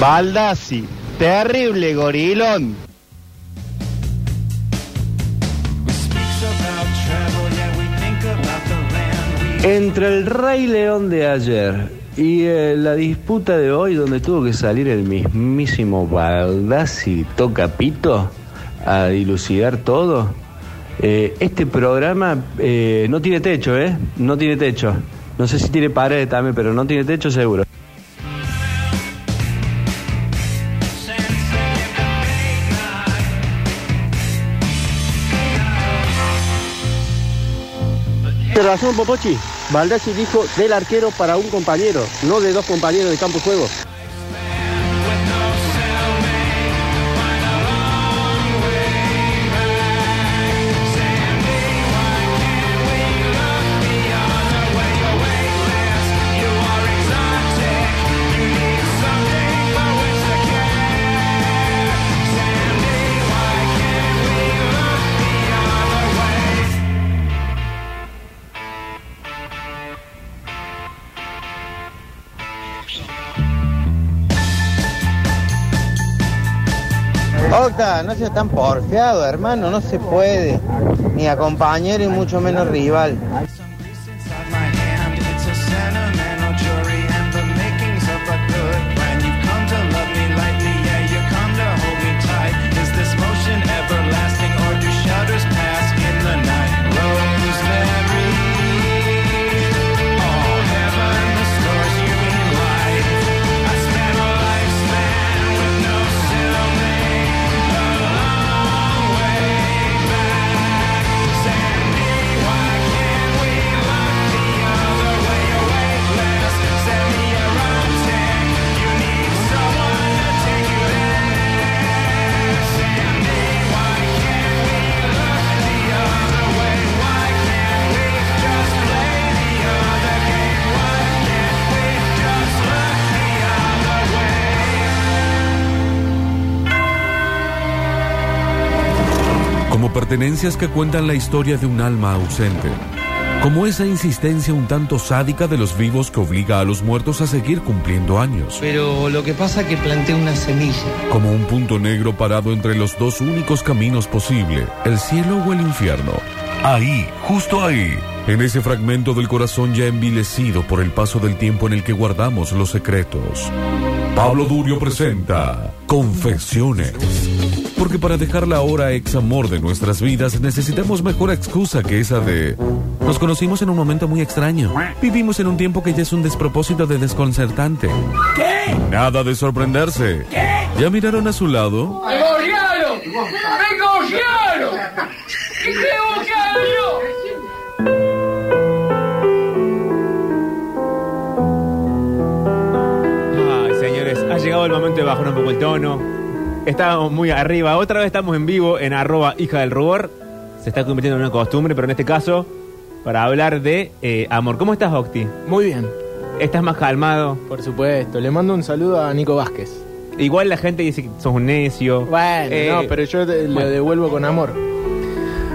Baldassi, terrible gorilón. Entre el Rey León de ayer y eh, la disputa de hoy, donde tuvo que salir el mismísimo Baldassi Tocapito a dilucidar todo, eh, este programa eh, no tiene techo, ¿eh? No tiene techo. No sé si tiene pared también, pero no tiene techo seguro. Tiene razón, Popochi. Baldassi dijo del arquero para un compañero, no de dos compañeros de campo de juego. Octa, no seas tan porfiado, hermano, no se puede. Ni a compañero y mucho menos rival. como pertenencias que cuentan la historia de un alma ausente, como esa insistencia un tanto sádica de los vivos que obliga a los muertos a seguir cumpliendo años, Pero lo que pasa es que planté una semilla. como un punto negro parado entre los dos únicos caminos posible, el cielo o el infierno. Ahí, justo ahí, en ese fragmento del corazón ya envilecido por el paso del tiempo en el que guardamos los secretos. Pablo Durio presenta Confesiones. Porque para dejar la hora ex amor de nuestras vidas necesitamos mejor excusa que esa de nos conocimos en un momento muy extraño. Vivimos en un tiempo que ya es un despropósito de desconcertante. ¿Qué? Nada de sorprenderse. ¿Qué? ¿Ya miraron a su lado? ¡Negociaron! ¡Negociaron! ¡Y negociaron! Ay, señores, ha llegado el momento de bajar un poco el tono. Estábamos muy arriba. Otra vez estamos en vivo en arroba hija del rubor. Se está convirtiendo en una costumbre, pero en este caso, para hablar de eh, amor. ¿Cómo estás, Octi? Muy bien, ¿Estás más calmado? por supuesto. Le mando un saludo a Nico Vázquez. Igual la gente dice que sos un necio. Bueno, Eh, no, pero yo te- lo bueno. devuelvo con amor.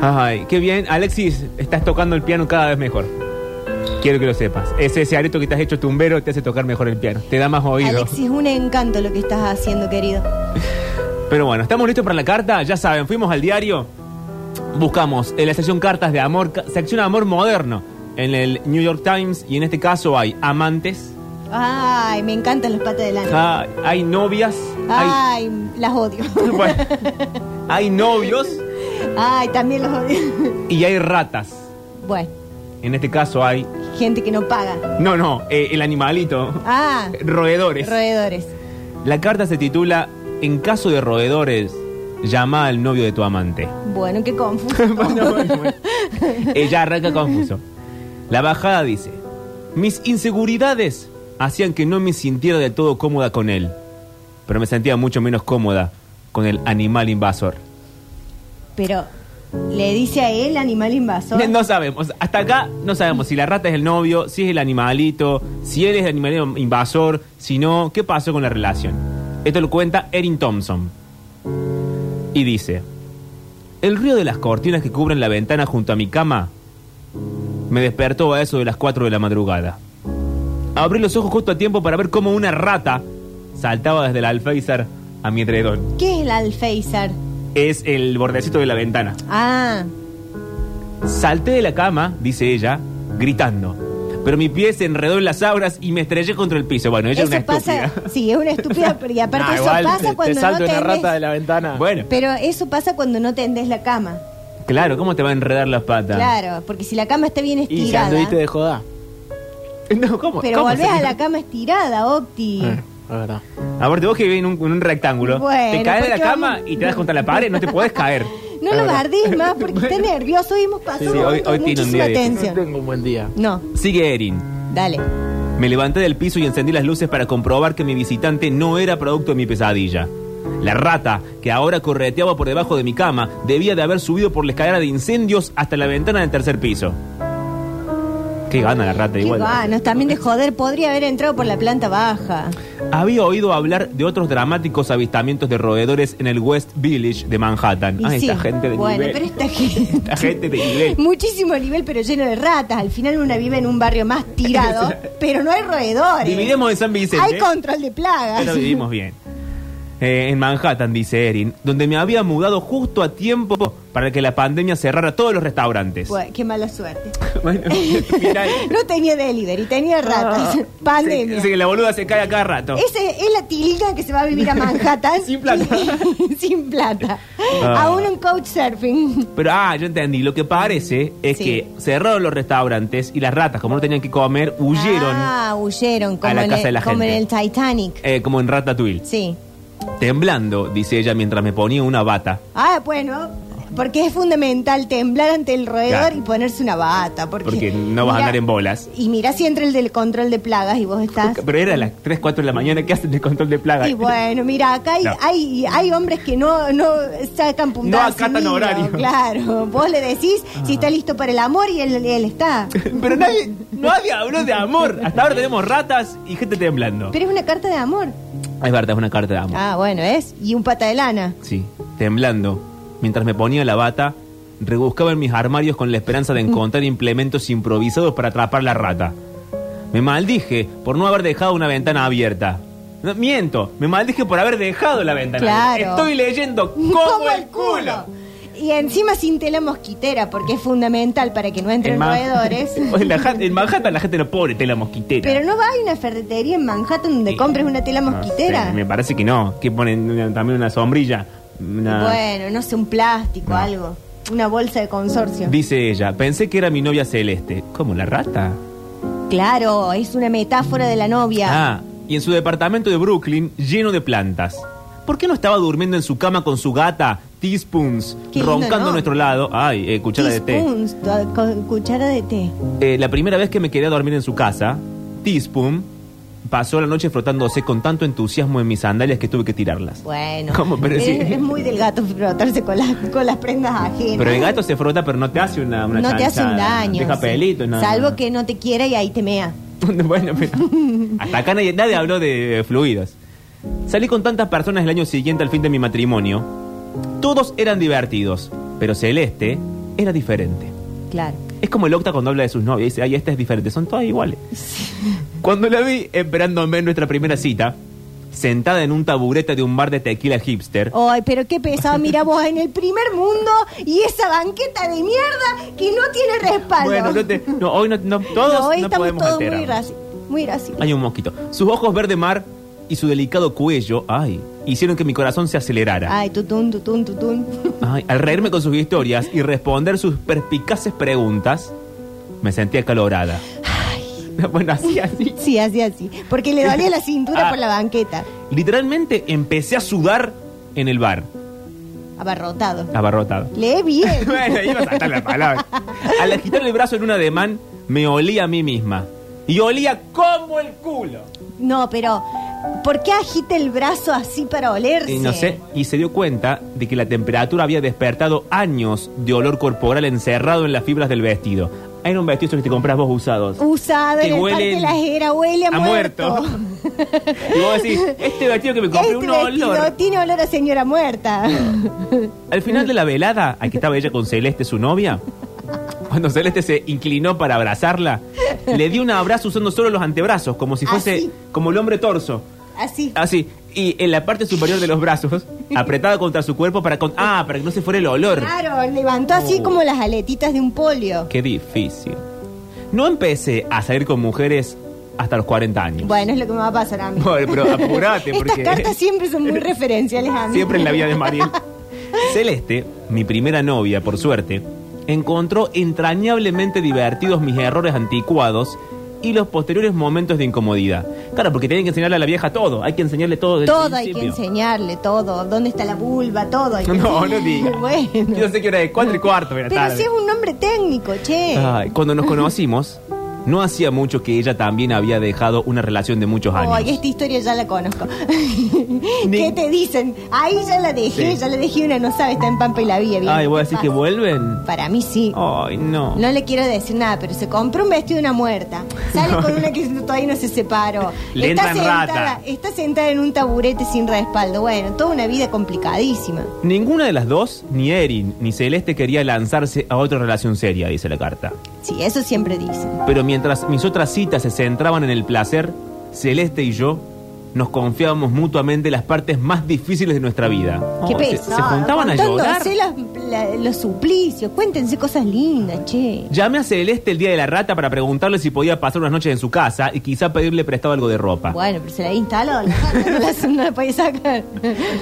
Ay, qué bien. Alexis, estás tocando el piano cada vez mejor. Quiero que lo sepas. Ese, ese arito que te has hecho tumbero te hace tocar mejor el piano. Te da más oído. Alexis, un encanto lo que estás haciendo, querido. Pero bueno, ¿estamos listos para la carta? Ya saben, fuimos al diario, buscamos en la sección Cartas de Amor, ca- sección Amor Moderno, en el New York Times, y en este caso hay amantes, Ay, me encantan las patas de lana. ah, hay novias, hay, Ay, las odio. bueno, hay novios Ay, también las odio. y hay ratas. Bueno, En este caso hay... gente que no paga. No, no, eh, el animalito. Ah, Roedores. roedores. La carta se titula En caso de roedores, llama al novio de tu amante. Bueno, qué confuso. Ella arranca confuso. La bajada dice, mis inseguridades hacían que no me sintiera del todo cómoda con él, pero me sentía mucho menos cómoda con el animal invasor. Pero, ¿le dice a él animal invasor? No sabemos, hasta acá no sabemos si la rata es el novio, si es el animalito, si él es el animalito invasor, si no, qué pasó con la relación. Esto lo cuenta Erin Thompson. Y dice, el ruido de las cortinas que cubren la ventana junto a mi cama me despertó a eso de las 4 de la madrugada. Abrí los ojos justo a tiempo para ver cómo una rata saltaba desde el alféizar a mi edredón. ¿Qué es el alféizar? Es el bordecito de la ventana. Ah, Salté de la cama, dice ella, gritando. Pero mi pie se enredó en las auras y me estrellé contra el piso. Bueno, ella es una eso pasa. estúpida. Ah, Sí, es una estúpida, pero y aparte Nah, eso igual, pasa te- te cuando no salta una tendés. rata de la ventana. Bueno, Pero eso pasa cuando no tendés la cama. claro, ¿cómo te va a enredar las patas? Claro, porque si la cama está bien y si estirada. anduviste de joda. No, ¿cómo? Pero ¿Cómo volvés se- a la cama estirada, Octi. Eh, la verdad. Aparte, vos que vivís en un, en un rectángulo, Bueno, te caes de la porque cama vamos- y te das contra la pared, no te podés caer. No lo bardees más porque está nervioso y hemos pasado Sí, sí, un hoy- momento de hoy tiene un día muchísima difícil. No tensión. tengo un buen día. No, Sigue Erin. dale. Me levanté del piso y encendí las luces para comprobar que mi visitante no era producto de mi pesadilla. La rata, que ahora correteaba por debajo de mi cama, debía de haber subido por la escalera de incendios hasta la ventana del tercer piso. Qué gana la rata Qué igual. ganos, también de joder, podría haber entrado por la planta baja. Había oído hablar de otros dramáticos avistamientos de roedores en el West Village de Manhattan. Y Ah, sí. esta gente de Bueno, nivel. pero esta gente. Esta gente de nivel. Muchísimo nivel, pero lleno de ratas. Al final una vive en un barrio más tirado, pero no hay roedores. Viviremos en San Vicente. Hay control de plagas. Pero vivimos bien. Eh, en Manhattan, dice Erin, donde me había mudado justo a tiempo para que la pandemia cerrara todos los restaurantes. Bueno, qué mala suerte. Bueno, mirá. no tenía delivery, tenía ratas. Pandemia. Así que la boluda se cae a cada rato. Esa es la tilga que se va a vivir a Manhattan. Sin plata. Sin plata. Ah. Aún en couchsurfing. Pero, ah, yo entendí. Lo que parece es Sí. que cerraron los restaurantes y las ratas, como no tenían que comer, huyeron, Ah, huyeron. Como, la en, casa el, de la como gente. en el Titanic. eh, como en Ratatouille. Sí. Temblando, dice ella mientras me ponía una bata. Ah, bueno, porque es fundamental temblar ante el roedor Claro. y ponerse una bata. Porque, Porque no vas a andar en bolas. Y mirá si entra el del control de plagas y vos estás. Pero era a las 3, 4 de la mañana. ¿Qué hacen de control de plaga? Y bueno, mira, acá hay, No. hay, hay hombres que no, no sacan puntadas. sin acatan hilo, horario. Ah. Claro, vos le decís si está listo para el amor y él, él está. Pero nadie, nadie habló de amor. Hasta ahora tenemos ratas y gente temblando. Pero es una carta de amor. Es verdad, es una carta de amor. Ah, bueno, es. Y un pata de lana. Sí, temblando. Mientras me ponía la bata, rebuscaba en mis armarios con la esperanza Mm. de encontrar implementos improvisados para atrapar la rata. Me maldije por no haber dejado una ventana abierta. No, miento, me maldije por haber dejado la ventana abierta. Claro. Estoy leyendo como, el culo. Y encima sin tela mosquitera, porque es fundamental para que no entren Ma- roedores. en, la ja- en Manhattan la gente no pone tela mosquitera. Ah, Pero no va a una ferretería en Manhattan donde Eh, compres una tela No mosquitera. sé, me parece que no. Que ponen una- también una sombrilla. Una- Bueno, no sé, un plástico, algo. Una bolsa de consorcio. Dice ella, pensé que era mi novia celeste. ¿Cómo la rata? Claro, es una metáfora de la novia. Ah, y en su departamento de Brooklyn, lleno de plantas. ¿Por qué no estaba durmiendo en su cama con su gata, Teaspoons, Qué lindo roncando nombre. a nuestro lado? Ay, eh, cuchara de té. Teaspoons, to- con cuchara de té. Eh, la primera vez que me quedé a dormir en su casa, Teaspoon pasó la noche frotándose con tanto entusiasmo en mis sandalias que tuve que tirarlas. Bueno, ¿Cómo? Pero es, sí. es muy del gato frotarse con, las con las prendas ajenas. Pero el gato se frota, pero no te hace una, una no te hace un chanchada. daño. Deja sí. pelito, nada. Salvo que no te quiera y ahí te mea. bueno, pero hasta acá nadie, nadie habló de, eh, fluidos. Salí con tantas personas el año siguiente al fin de mi matrimonio. Todos eran divertidos, pero Celeste era diferente. Claro. Es como el Octa cuando habla de sus novias y dice, ay, esta es diferente, son todas iguales. Cuando la vi esperándome en nuestra primera cita, sentada en un taburete de un bar de tequila hipster, Ay, pero qué pesado, mira vos en el primer mundo y esa banqueta de mierda que no tiene respaldo. bueno, no te- no, hoy no, no- todos No, hoy no estamos podemos todos muy alterarnos. raci- muy racistas. Hay un mosquito. Sus ojos verde mar y su delicado cuello, ay, hicieron que mi corazón se acelerara. Ay, tutún, tutún, tutún. Ay, al reírme con sus historias y responder sus perspicaces preguntas, me sentí acalorada. Bueno, así, así. Sí, así, así. Porque le dolía la cintura Ah. por la banqueta. Literalmente empecé a sudar en el bar, Abarrotado. abarrotado. Lee bien. Ah. bueno, iba a saltar la palabra. Al agitar el brazo en un ademán, me olía a mí misma. Y olía como el culo. No, pero ¿por qué agita el brazo así para olerse? Y no sé, y se dio cuenta de que la temperatura había despertado años de olor corporal encerrado en las fibras del vestido. Era un vestido que te compras vos usados. Usado Que en el parque huelen de la jera, huele a, a muerto. Y vos decís, este vestido que me compré, Este un vestido olor. tiene olor a señora muerta. Al final de la velada, aquí estaba ella con Celeste, su novia. Cuando Celeste se inclinó para abrazarla, le di un abrazo usando solo los antebrazos, como si fuese Así. como el hombre torso. Así. Así. Y en la parte superior de los brazos, apretada contra su cuerpo para con- ah, para que no se fuera el olor. Claro, levantó Oh. así como las aletitas de un polio. Qué difícil. No empecé a salir con mujeres hasta los 40 años. Bueno, es lo que me va a pasar a mí. Bueno, pero apurate, porque- Estas cartas siempre son muy referenciales a mí. Siempre en la vida de Mariel. Celeste, mi primera novia, por suerte, encontró entrañablemente divertidos mis errores anticuados y los posteriores momentos de incomodidad. Claro, porque tienen que enseñarle a la vieja todo. Hay que enseñarle todo desde el Todo hay que principio. enseñarle, todo. ¿Dónde está la vulva? Todo. hay que No, no enseñarle. diga. Bueno. Yo sé que era de cuatro y cuarto de la Pero tarde. si es un nombre técnico, che. Ay, cuando nos conocimos, no hacía mucho que ella también había dejado una relación de muchos años. Ay, este esta historia ya la conozco. ¿Qué te dicen? Ahí ya la dejé, Sí. ya la dejé una, no sabe, está en Pampa y la Vía. bien, Ay, voy a ¿qué decir pasa? que vuelven. Para mí sí. Ay, no. No le quiero decir nada, pero se compró un vestido de una muerta. Sale con una que todavía no se separó. Le está, entran sentada, rata. está sentada en un taburete sin respaldo. Bueno, toda una vida complicadísima. Ninguna de las dos, ni Erin ni Celeste, quería lanzarse a otra relación seria, dice la carta. Sí, eso siempre dicen. Pero mientras mis otras citas se centraban en el placer, Celeste y yo nos confiábamos mutuamente las partes más difíciles de nuestra vida. Qué Oh, se, pesado. se juntaban a llorar. contándose los, la- los suplicios. Cuéntense cosas lindas, che. Llamé a Celeste el día de la rata para preguntarle si podía pasar unas noches en su casa y quizá pedirle prestado algo de ropa. Bueno, pero se la instaló. La, no la- no la podía sacar.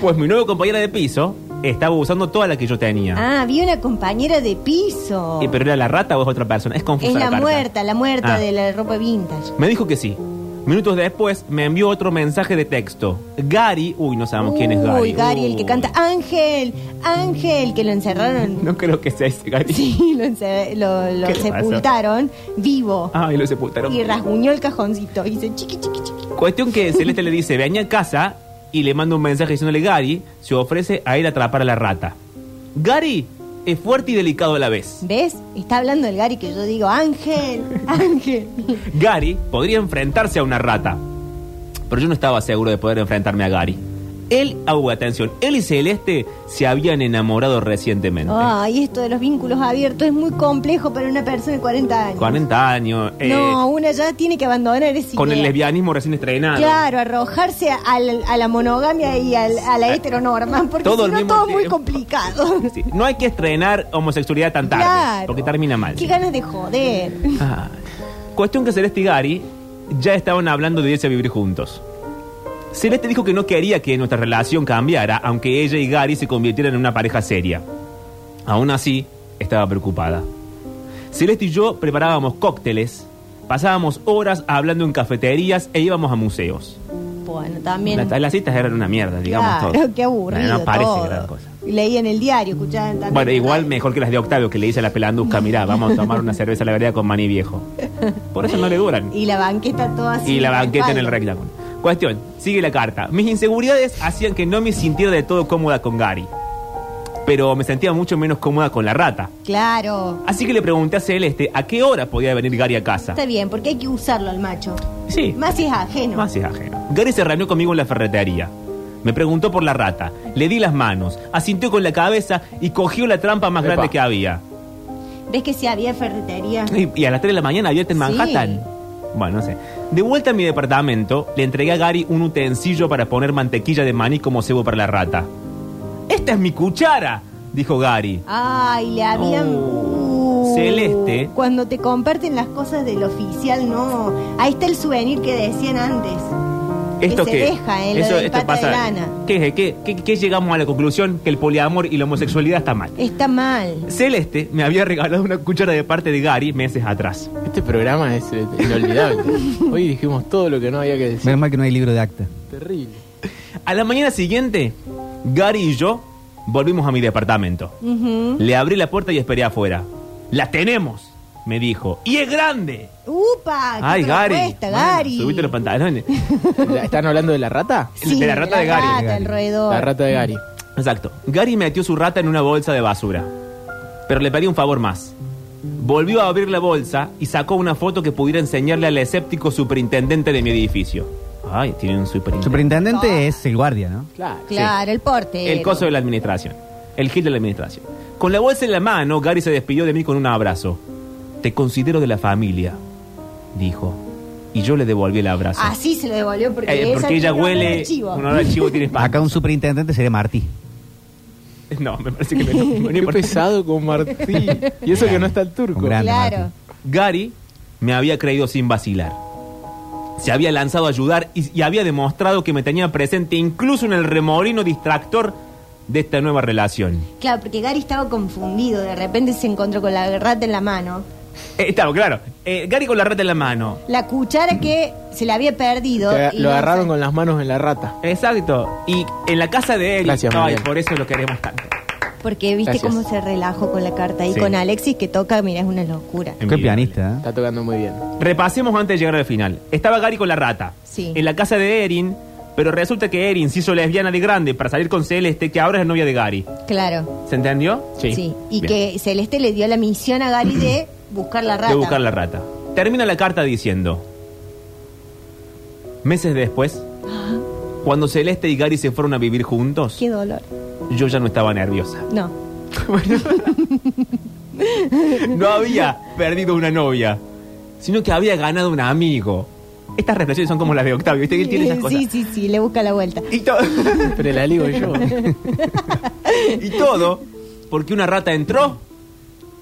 Pues mi nueva compañera de piso estaba usando toda la que yo tenía. Ah, vi una compañera de piso. Eh, pero era la rata o es otra persona. Es confusa es la carta. muerta, la muerta Ah. de la ropa vintage. Me dijo que sí. Minutos después me envió otro mensaje de texto. Gary, uy, no sabemos quién es Gary. Uy, Gary, el que Uy. canta. Ángel, Ángel, que lo encerraron. No creo que sea ese Gary. Sí, lo, encer- lo- lo ¿Qué le sepultaron vivo. Ah, y lo sepultaron. Y rasguñó el cajoncito. Y dice, chiqui, chiqui, chiqui. Cuestión que Celeste le dice, venía a casa y le manda un mensaje diciéndole, Gary se ofrece a ir a atrapar a la rata. Gary es fuerte y delicado a la vez. ¿Ves? Está hablando el Gary que yo digo, Ángel, Ángel. Gary podría enfrentarse a una rata. Pero yo no estaba seguro de poder enfrentarme a Gary. Él, hago atención, él y Celeste se habían enamorado recientemente. Ay, esto de los vínculos abiertos es muy complejo para una persona de 40 años. 40 años. eh, No, una ya tiene que abandonar ese con el lesbianismo recién estrenado. Claro, arrojarse al- a la monogamia y al- a la heteronorma, porque Eh, Todo todo, al si no, mismo todo muy tiempo. complicado. Sí, No hay que estrenar homosexualidad tan tarde, Claro. porque termina mal. Qué ganas de joder. Ah. Cuestión que Celeste y Gary ya estaban hablando de irse a vivir juntos. Celeste dijo que no quería que nuestra relación cambiara, aunque ella y Gary se convirtieran en una pareja seria. Aún así, estaba preocupada. Celeste y yo preparábamos cócteles, pasábamos horas hablando en cafeterías e íbamos a museos. Bueno, también. La- las citas eran una mierda, digamos claro, todo. qué aburrido. No, no parece todo. gran cosa. Leí en el diario, escuchaban también. Bueno, igual mejor que las de Octavio que le dice a la pelandusca, mirá, vamos a tomar una cerveza a la vereda con maní viejo. Por eso no le duran. Y la banqueta toda así. y la banqueta en el respaldo. rectáculo. Cuestión, sigue la carta. Mis inseguridades hacían que no me sintiera de todo cómoda con Gary, pero me sentía mucho menos cómoda con la rata. Claro. Así que le pregunté a Celeste a qué hora podía venir Gary a casa. Está bien, porque hay que usarlo al macho. Sí, Más si es ajeno. más es ajeno. Gary se reunió conmigo en la ferretería. Me preguntó por la rata, le di las manos, asintió con la cabeza y cogió la trampa más Epa. grande que había. ¿Ves que si había ferretería? Y, y a las 3 de la mañana abierta en Sí. Manhattan. Bueno, no sé. De vuelta a mi departamento, le entregué a Gary un utensilio para poner mantequilla de maní como cebo para la rata. ¡Esta es mi cuchara! dijo Gary. Ay, le habían. Uh. Oh, celeste. Cuando te comparten las cosas del oficial, no. Ahí está el souvenir que decían antes. ¿Esto que qué? se deja, ¿eh? Lo del pata de lana. ¿Qué, eh, qué, qué, qué llegamos a la conclusión? Que el poliamor y la homosexualidad está mal. Está mal. Celeste me había regalado una cuchara de parte de Gary meses atrás. Este programa es eh, inolvidable. Hoy dijimos todo lo que no había que decir. Menos mal que no hay libro de acta. Terrible. A la mañana siguiente, Gary y yo volvimos a mi departamento. Ujú. Le abrí la puerta y esperé afuera. ¡La tenemos! me dijo. ¡Y es grande! ¡Upa! ¡Qué ¡Ay, Gary! propuesta, Bueno, Gary! subite los pantalones. La- ¿Están hablando de la rata? Sí, de la rata de Gary. rata, el roedor. La rata de Gary. Exacto. Gary metió su rata en una bolsa de basura. Pero le pedí un favor más. Volvió a abrir la bolsa y sacó una foto que pudiera enseñarle al escéptico superintendente de mi edificio. Ay, tiene un superintendente. Superintendente es el guardia, ¿no? Claro. Claro, el porte. El coso de la administración. El hit de la administración. Con la bolsa en la mano, Gary se despidió de mí con un abrazo. Te considero de la familia, dijo. y yo le devolví el abrazo. Así se lo devolvió Ah, porque, Eh, esa porque ella tiene un olor huele. a chivo. Un olor a chivo tiene espalda. Acá un superintendente sería Martí. No, me parece que no. no Qué importa. pesado con Martí. Y eso que no está el turco. Claro. Gary me había creído sin vacilar. Se había lanzado a ayudar y, y había demostrado que me tenía presente incluso en el remolino distractor de esta nueva relación. Claro, porque Gary estaba confundido. De repente se encontró con la rata en la mano. Eh, estaba claro. Eh, Gary con la rata en la mano. La cuchara que se le había perdido. Te- y Lo no agarraron con las manos en la rata. Exacto. Y en la casa de él. Gracias, Ay, Mariel. por eso lo queremos tanto. sé, Porque viste Gracias. cómo se relajó con la carta ahí Sí. con Alexis que toca, mira, es una locura. Qué pianista. ¿eh? Está tocando muy bien. Repasemos antes de llegar al final. Estaba Gary con la rata. Sí. En la casa de Erin, pero resulta que Erin se hizo lesbiana de grande para salir con Celeste, que ahora es la novia de Gary. Claro. ¿Se entendió? Sí. Y que Celeste le dio la misión a Gary de buscar la rata. De buscar la rata. Termina la carta diciendo: Meses después, cuando Celeste y Gary se fueron a vivir juntos, Qué dolor. yo ya no estaba nerviosa. No. No había perdido una novia, sino que había ganado un amigo. Estas reflexiones son como las de Octavio, ¿viste? Que él tiene esas cosas. sí, sí, sí, le busca la vuelta. Y, to- Pero la ligo yo. y todo porque una rata entró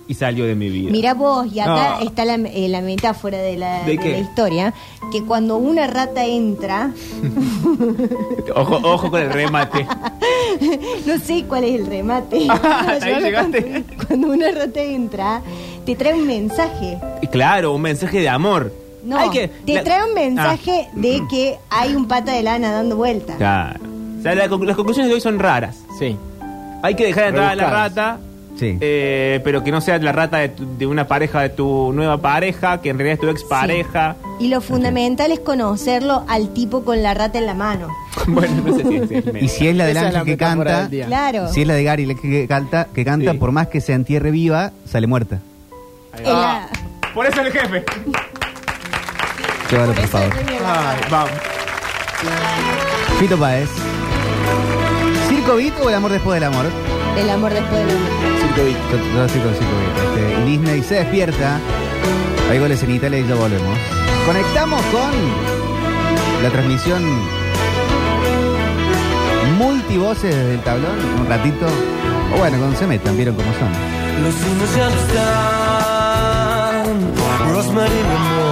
y salió de mi vida. Mira vos, y acá No. está la, eh, la metáfora de la, Ah. ¿De de qué? la historia, que cuando una rata entra, Ojo, ojo con el remate. no sé cuál es el remate, Ah, Cuando ahí yo lo llegaste. construí, cuando una rata entra, te trae un mensaje. Y claro, un mensaje de amor. No, Hay que- te la- trae un Ah, mensaje de que hay un pata de lana dando vuelta. claro. O sea, la conc- las conclusiones de hoy son raras. Sí. Hay que dejar entrar a la Rebuscadas. rata, Sí. eh, pero que no sea la rata de, tu- de una pareja de tu nueva pareja, que en realidad es tu ex pareja. Y lo fundamental es conocerlo al tipo con la rata en la mano. bueno, no sé si es el Y si es la del Esa es ángel la que metáfora canta, del día. Claro. si es la de Gary la que canta, que canta Sí. por más que se entierre viva, sale muerta. En Ah. la- Por eso el jefe. Llévalo, por Esa favor. es mi Ay, vamos. Fito Páez. ¿Circo Beat o el amor después del amor? El amor después del amor. Yo- yo estoy con Circo Beat. Este, y Disney se despierta. Hay goles en Italia y ya volvemos. Conectamos con la transmisión multivoces desde el tablón. Un ratito. O bueno, cuando se metan, vieron cómo son. Los signos ya no están. Rosemary me